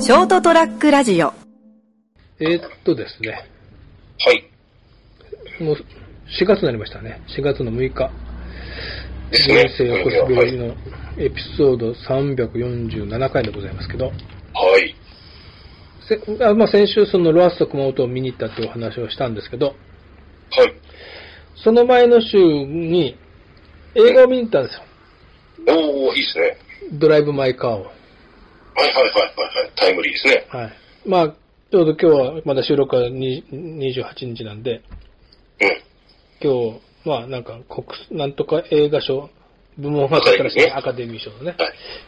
ショートトラックラジオえーっとですね、はい。もう4月になりましたね。4月の6日。です人ね。生を越すは病気い。のエピソード347回でございますけど、はい。せあまあ、先週そのロアスと熊本を見に行ったっていうお話をしたんですけど、はい。その前の週に映画を見に行ったんですよ。おー、いいですね。ドライブ・マイ・カーを。はいはいはいはいはい。タイムリーですね。はい。まあ、ちょうど今日はまだ収録はに28日なんで、うん。今日、まあなんか国、なんとか映画賞、部門は新しいアカデミー賞のね。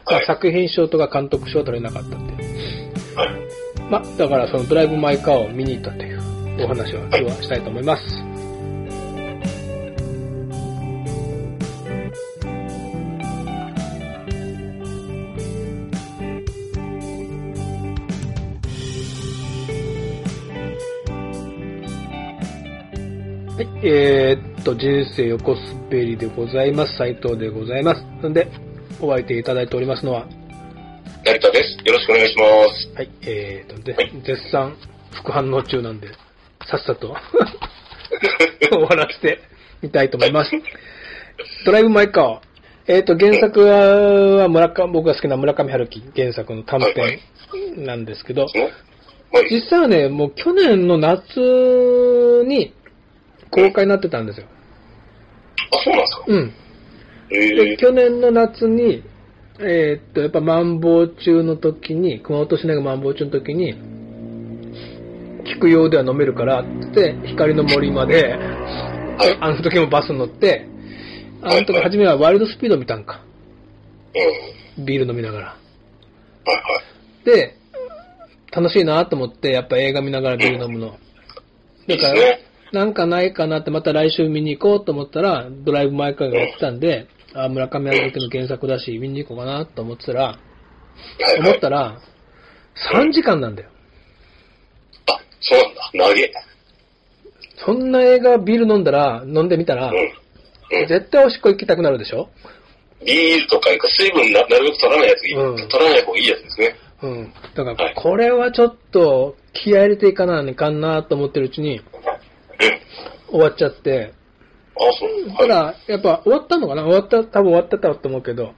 まはあい。作品賞とか監督賞は取れなかったんで。はい。まあ、だからそのドライブ・マイ・カーを見に行ったというお話を今日はしたいと思います。はい、えーっと、人生横滑りでございます。斉藤でございます。なんで、お相手いただいておりますのは、成田です。よろしくお願い します。はい、えーと、ではい絶賛副反応中なんで、さっさと 終わらせてみたいと思います。ドライブ・マイ・カー。えーと、原作は村上、僕が好きな村上春樹原作の短はい編なんですけど、ね。はい。実際はね、もう去年の夏に公開になってたんですよ。あ、そうなんですか。うん。えでえ去年の夏に、えーっと、やっぱ、マンボウ中の時に、熊本市内がマンボウ中の時に、菊陽では飲めるから、つって、光の森まで、はい。あの時もバス乗って、あの時はい初めはワイルドスピード見たんか。うん。ビール飲みながら。はいはい。で、楽しいなと思って、やっぱ映画見ながらビール飲むの。だかいいっすらね、なんかないかなって、また来週見に行こうと思ったら、ドライブ・マイ・カーがやってたんで、あ村上春樹の原作だし、見に行こうかなと思ってたら、はいは思い。ったら、3時間なんだよ。あ、そうなんだ。投げ。そんな映画ビール飲んだら、飲んでみたらう、ん。うん。絶対おしっこ行きたくなるでしょビールとかいうか、水分ななるべく取らないやつ、うん取らない方がいいやつですね。うん。だかはら、いこれはちょっと気合入れていかなあかんなと思ってるうちにうん。終わっちゃって、あ、そう。たはだ、やっぱ終わったのかな終わった、多分終わってたと思うけど。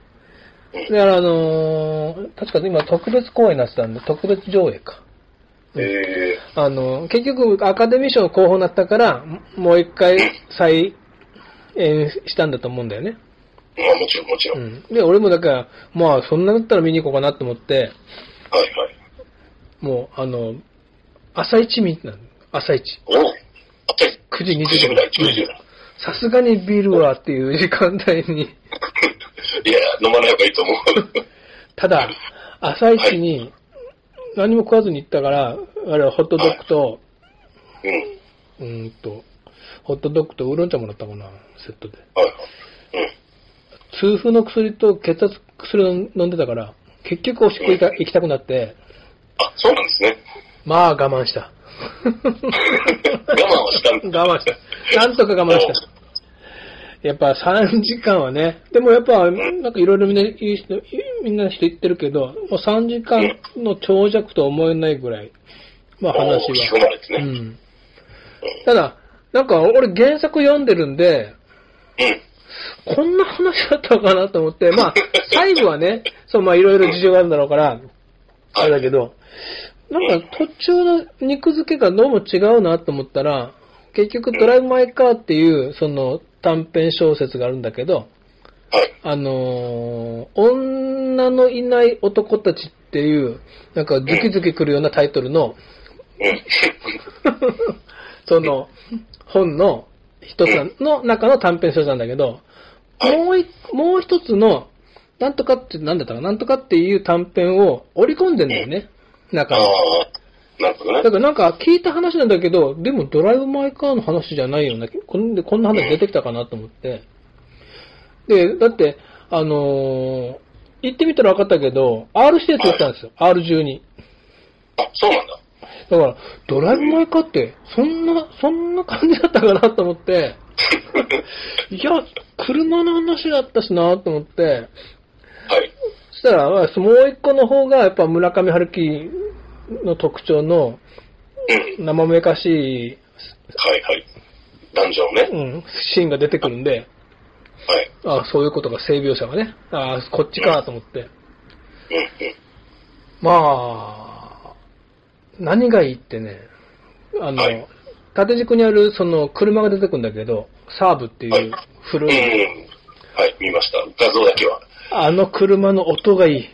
だからあのー確かに今特別公演になってたんで、特別上映か。い。ええあのー結局アカデミー賞候補になったから、ももう一回再演したんだと思うんだよね。まあもちろんもちろ。うんはいん。で、俺もだから、まあそんなだったら見に行こうかなと思って、はい。もうあのー朝一見なの。朝一。おあったり。 9時20 9時ぐらい、10時ぐ らい。さすがにビールはっていう時間帯に、 いや、飲まない方がいいと思う。ただ、朝一に何も食わずに行ったから、あれはホットドッグと、うん。うーんと、ホットドッグとウーロン茶もらったかな、セットで。はいはい。うん。痛風の薬と血圧薬を飲んでたから、結局おしっこ行か行きたくなって、あ、そうなんですね。 まあ我慢した。我慢はしたんだ。我慢した。なんとか我慢した。やっぱ3時間はね、でもやっぱ、なんかいろいろみんな、いい人、いみんなの人言ってるけど、もう3時間の長尺とは思えないぐらい、まあ話は。おー引き込まれてね。ううん。ん。ただ、なんか俺原作読んでるんで、こんな話だったかなと思って、まあ、最後はね、そう、まあいろいろ事情があるんだろうから、あれだけど、なんか途中の肉付けがどうも違うなと思ったら、結局ドライブ・マイ・カーっていう、その短編小説があるんだけど、はい。あのー女のいない男たちっていう、なんかズキズキくるようなタイトルの、 うん。その、本の一つの中の短編小説なんだけど、もうい、もう一つの、なんとかって、なんだったかな、なんとかっていう短編を織り込んでんだよね、中あに。あ、なるほどねだ。からなんか聞いた話なんだけど、でもドライブ・マイ・カーの話じゃないよね。こんでこんな話出てきたかなと思って。で、だって、あのー行ってみたら分かったけど、R 指定って言ったんですよ。R12。あ、そうなんだ。だから、ドライブ・マイ・カーって、そんな、そんな感じだったかなと思って、いや、車の話だったしなと思って、はい。したら、まあもう一個の方が、やっぱ村上春樹の特徴の、うん。生めかしい、はいはい。ダンジョンね。うん、シーンが出てくるんで、はい。あそういうことが、性描写がね。あこっちかと思って。うんうん。まあ、何がいいってね、あの、はい縦軸にある、その、車が出てくるんだけど、サーブっていううん、古うい、ん。はい、見ました。画像だけは。あの車の音がい い。い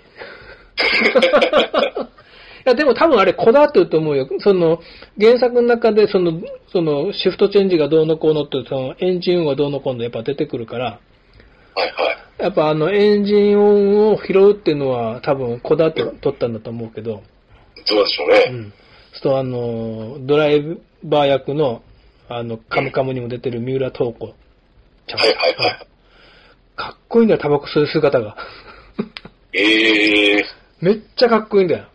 や、でも多分あれこだわってると思うよ。その、原作の中で、その、その、シフトチェンジがどうのこうのって、その、エンジン音がどうのこうのやっぱ出てくるから、はいはい。やっぱあの、エンジン音を拾うっていうのは多分こだわって撮ったんだと思うけど、そうでしょうね。うん。そうあの、ドライバー役の、あの、カムカムにも出てる三浦透子ちゃん。はいはいはい。かっこいいんだよ、タバコ吸う姿が。ええめっちゃかっこいいん だよ。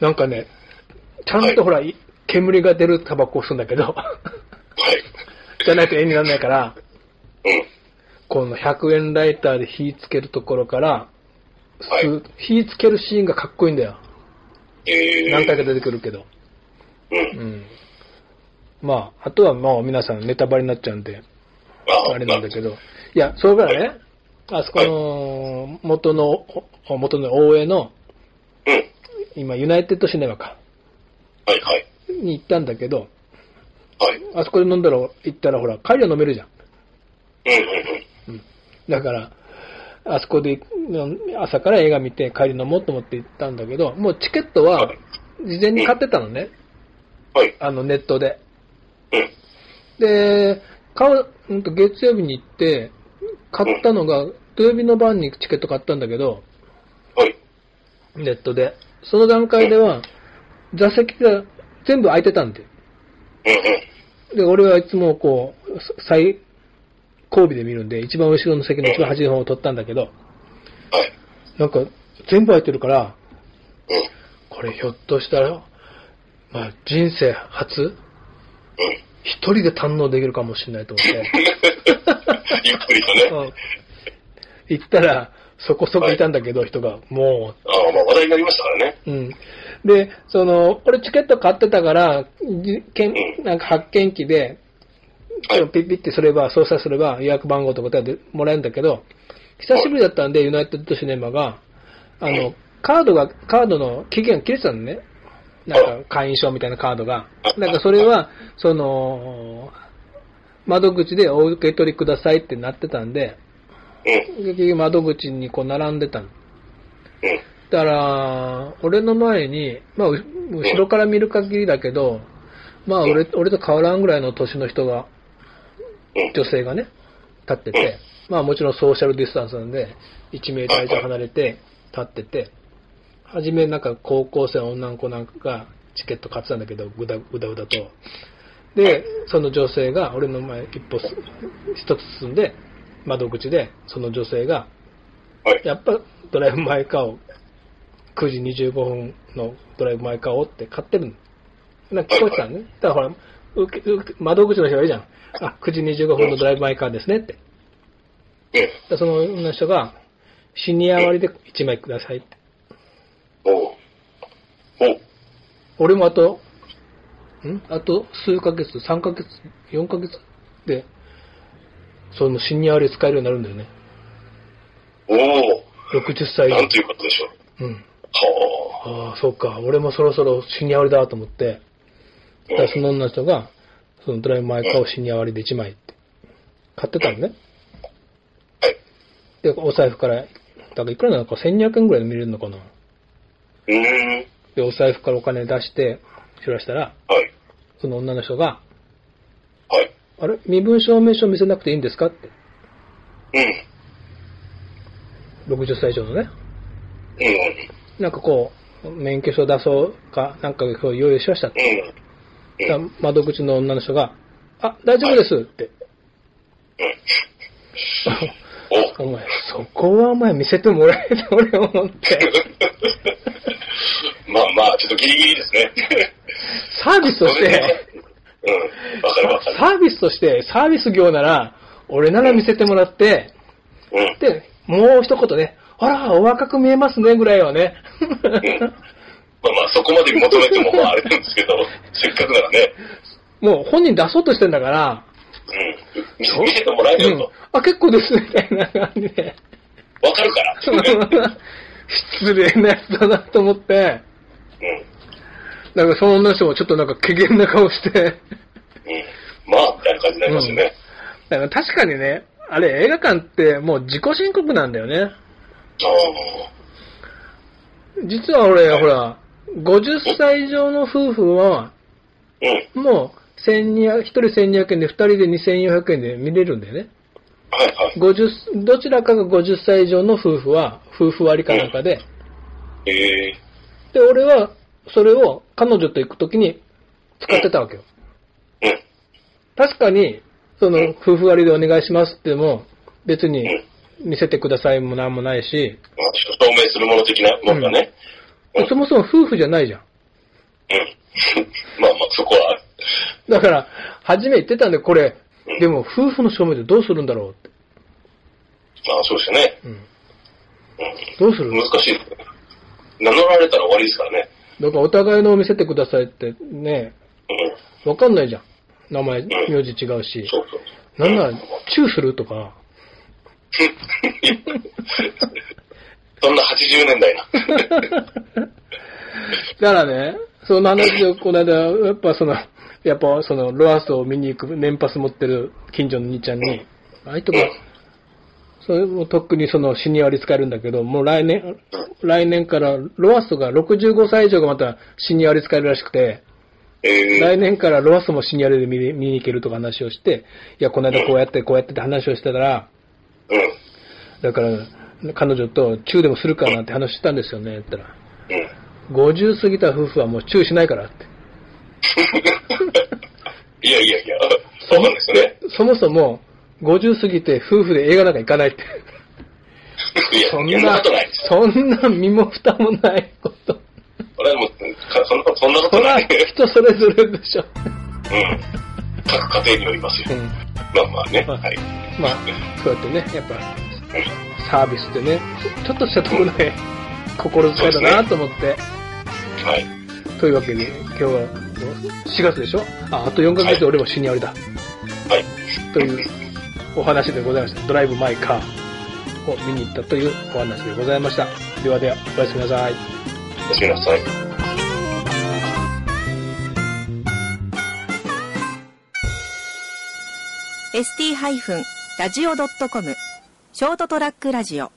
なんかね、ちゃんとほら、い煙が出るタバコを吸うんだけど、 はい。じゃないと絵にならないから、うん。この100円ライターで火つけるところから、はい吸う火つけるシーンがかっこいいんだよ。ええ何回か出てくるけど。う。うんん。まあ、あとはもう皆さんネタバレになっちゃうんで、ああれなんだけど。ど。いや、それからね、あそこの、元の、お元の大江の、うん。今、ユナイテッドシネマか、はいはい。に行ったんだけど、はい。あそこで飲んだら、行ったらほら、カリア飲めるじゃん。うんうんうん。だから、あそこで、うん朝から映画見て、帰り飲もうと思って行ったんだけど、もうチケットははい、事前に買ってたのね、はい。あの、ネットで。うん。で、買う、うんと月曜日に行って、買ったのが、土曜日の晩にチケット買ったんだけど、はい。ネットで。その段階では、座席が全部空いてたんで。うんうん。で、俺はいつもこう、最後尾で見るんで、一番後ろの席の一番端の方を取ったんだけど、はい。なんか、全部空いてるから、うん。これひょっとしたら、まあ、人生初、うん。一人で堪能できるかもしれないと思って。ゆっくりとね。うん行ったら、そこそこいたんだけど、人が、もああ、まあ話題になりましたからね。う、うん。で、その、俺チケット買ってたから、じけんなんか発見機で、はい。ピッピッてすれば、操作すれば予約番号とかでもらえるんだけど、久しぶりだったんで、ユナイテッドシネマが、あうのん、カードが、カードの期限切れてたのね。なはんいか、会員証みたいなカードが。あなんか、それは、その、窓口でお受け取りくださいってなってたんで、うん。結局窓口にこう並んでたの。うん。だから、俺の前に、まあ、う後ろから見る限りだけど、まあ、俺、俺と変わらんぐらいの年の人が、うん。女性がね、立ってて、まあもちろんソーシャルディスタンスなんで、1メーター以上離れて立ってて、はじめなんか高校生の女の子なんかがチケット買ってたんだけど、ぐだぐだぐだと。で、その女性が、俺の前一歩す、一つ進んで、窓口で、その女性が、はい。やっぱドライブ・マイ・カーを、9時25分のドライブ・マイ・カーをって買ってるの。なんか聞こえてたのね。だからほら、受け受け窓口の人がいるじゃん。あ、9時25分のドライブ・マイ・カーですねって。うん。だその女の人が、シニア割で1枚くださいって。おう。おう。俺もあと、んあと数ヶ月、3ヶ月、4ヶ月で、そのシニア割使えるようになるんだよね。おう。 60歳以なん上ということでしょう。うん。はああ、そうか。俺もそろそろシニア割だと思って。あ。だからその女の人が、そのドライブ・マイ・カーをシニア割で1枚って、買ってたのね。はい。で、お財布から、だからいくらなのか1200円ぐらいで見れるのかな。うーん。で、お財布からお金出して、知らしたら、はい。その女の人が、はい。あれ身分証明書見せなくていいんですかって。うん。 60歳以上のね。うん。なんかこう、免許証出そうか、なんかこう用意しましたって。うん。だから窓口の女の人が、あ、大丈夫ですって。おう。お前、そこはお前見せてもらえと俺思って。まあまあ、ちょっとギリギリですね。サービスとして、うん。わかるわかる。サービスとして、サービス業なら、俺なら見せてもらって、うん。で、もう一言ね、あら、お若く見えますね、ぐらいは ね。まあまあ、そこまで求めても、まああれなんですけど、せっかくならね、もう本人出そうとしてんだから、うん。見見せてもらえうよんと。、あ、結構です、みたいな感じで。わかるから。失礼なやつだなと思って、うん。なんかその女の人もちょっとなんか怪げな顔して、うん。まあ、みたいな感じになりますよね。なんか確かにね、あれ映画館ってもう自己申告なんだよね。あ実は俺、はいほら、50歳以上の夫婦は、あ。うん。もう、1200、1人1200円で、2人で2400円で見れるんだよね。はいはい。 50、どちらかが50歳以上の夫婦は、夫婦割かなんかで、ええで、俺は、それを彼女と行くときに使ってたわけよ。うん。確かに、そのうん、夫婦割でお願いしますっても、別うにん。見せてくださいもなんもないし、まあ、証明するもの的なものがね。うんそもそも夫婦じゃないじゃん。うん。まあまあ、そこは、だから、初め言ってたんで、これうん、でも夫婦の証明でどうするんだろうって。まあそうですよね。うんうどうするん。難しいですね。名乗られたら終わりですからね。だからお互いのを見せてくださいってね、うわかんないじゃん。名前、ん名字違うしん。。そうそう。なんなら、チューするとか。 そんな80年代な。だからね、その話をこの間、やっぱその、やっぱその、ロアスを見に行く、年パス持ってる近所の兄ちゃんに、あいとか、それもとっくにその、シニア割使えるんだけど、もう来年、来年から、ロアスが65歳以上がまたシニア割使えるらしくて、ええ来年からロアスもシニア割で見に見に行けるとか話をして、いや、この間こうやって、こうやってって話をしてたら、うん。だから、彼女とチューでもするかなんて話してたんですよね、って言ったら。うん。 50過ぎた夫婦はもうチューしないからって。いやいやいや、そうなんですよね。そもそも、50過ぎて夫婦で映画なんか行かないって。いや、そそんんななことないです。、そんな身も蓋もないこと。俺はもう、かそんなそんなこそとれな。はいう人それぞれでしょ。ん。各家庭によりますうよ。ん。まあまあね。まあはい。まあ、そうやってね、やっぱ、サービスってね、ちょっとしたところで、心遣いだなと思って。はい。というわけで、今日は4月でしょあ、あと4ヶ月で俺もシニア割だ。はい。というお話でございました。ドライブ・マイ・カーを見に行ったというお話でございました。ではでは、おやすみなさい。おやすみなさい。 ST-radio.com ショートトラックラジオ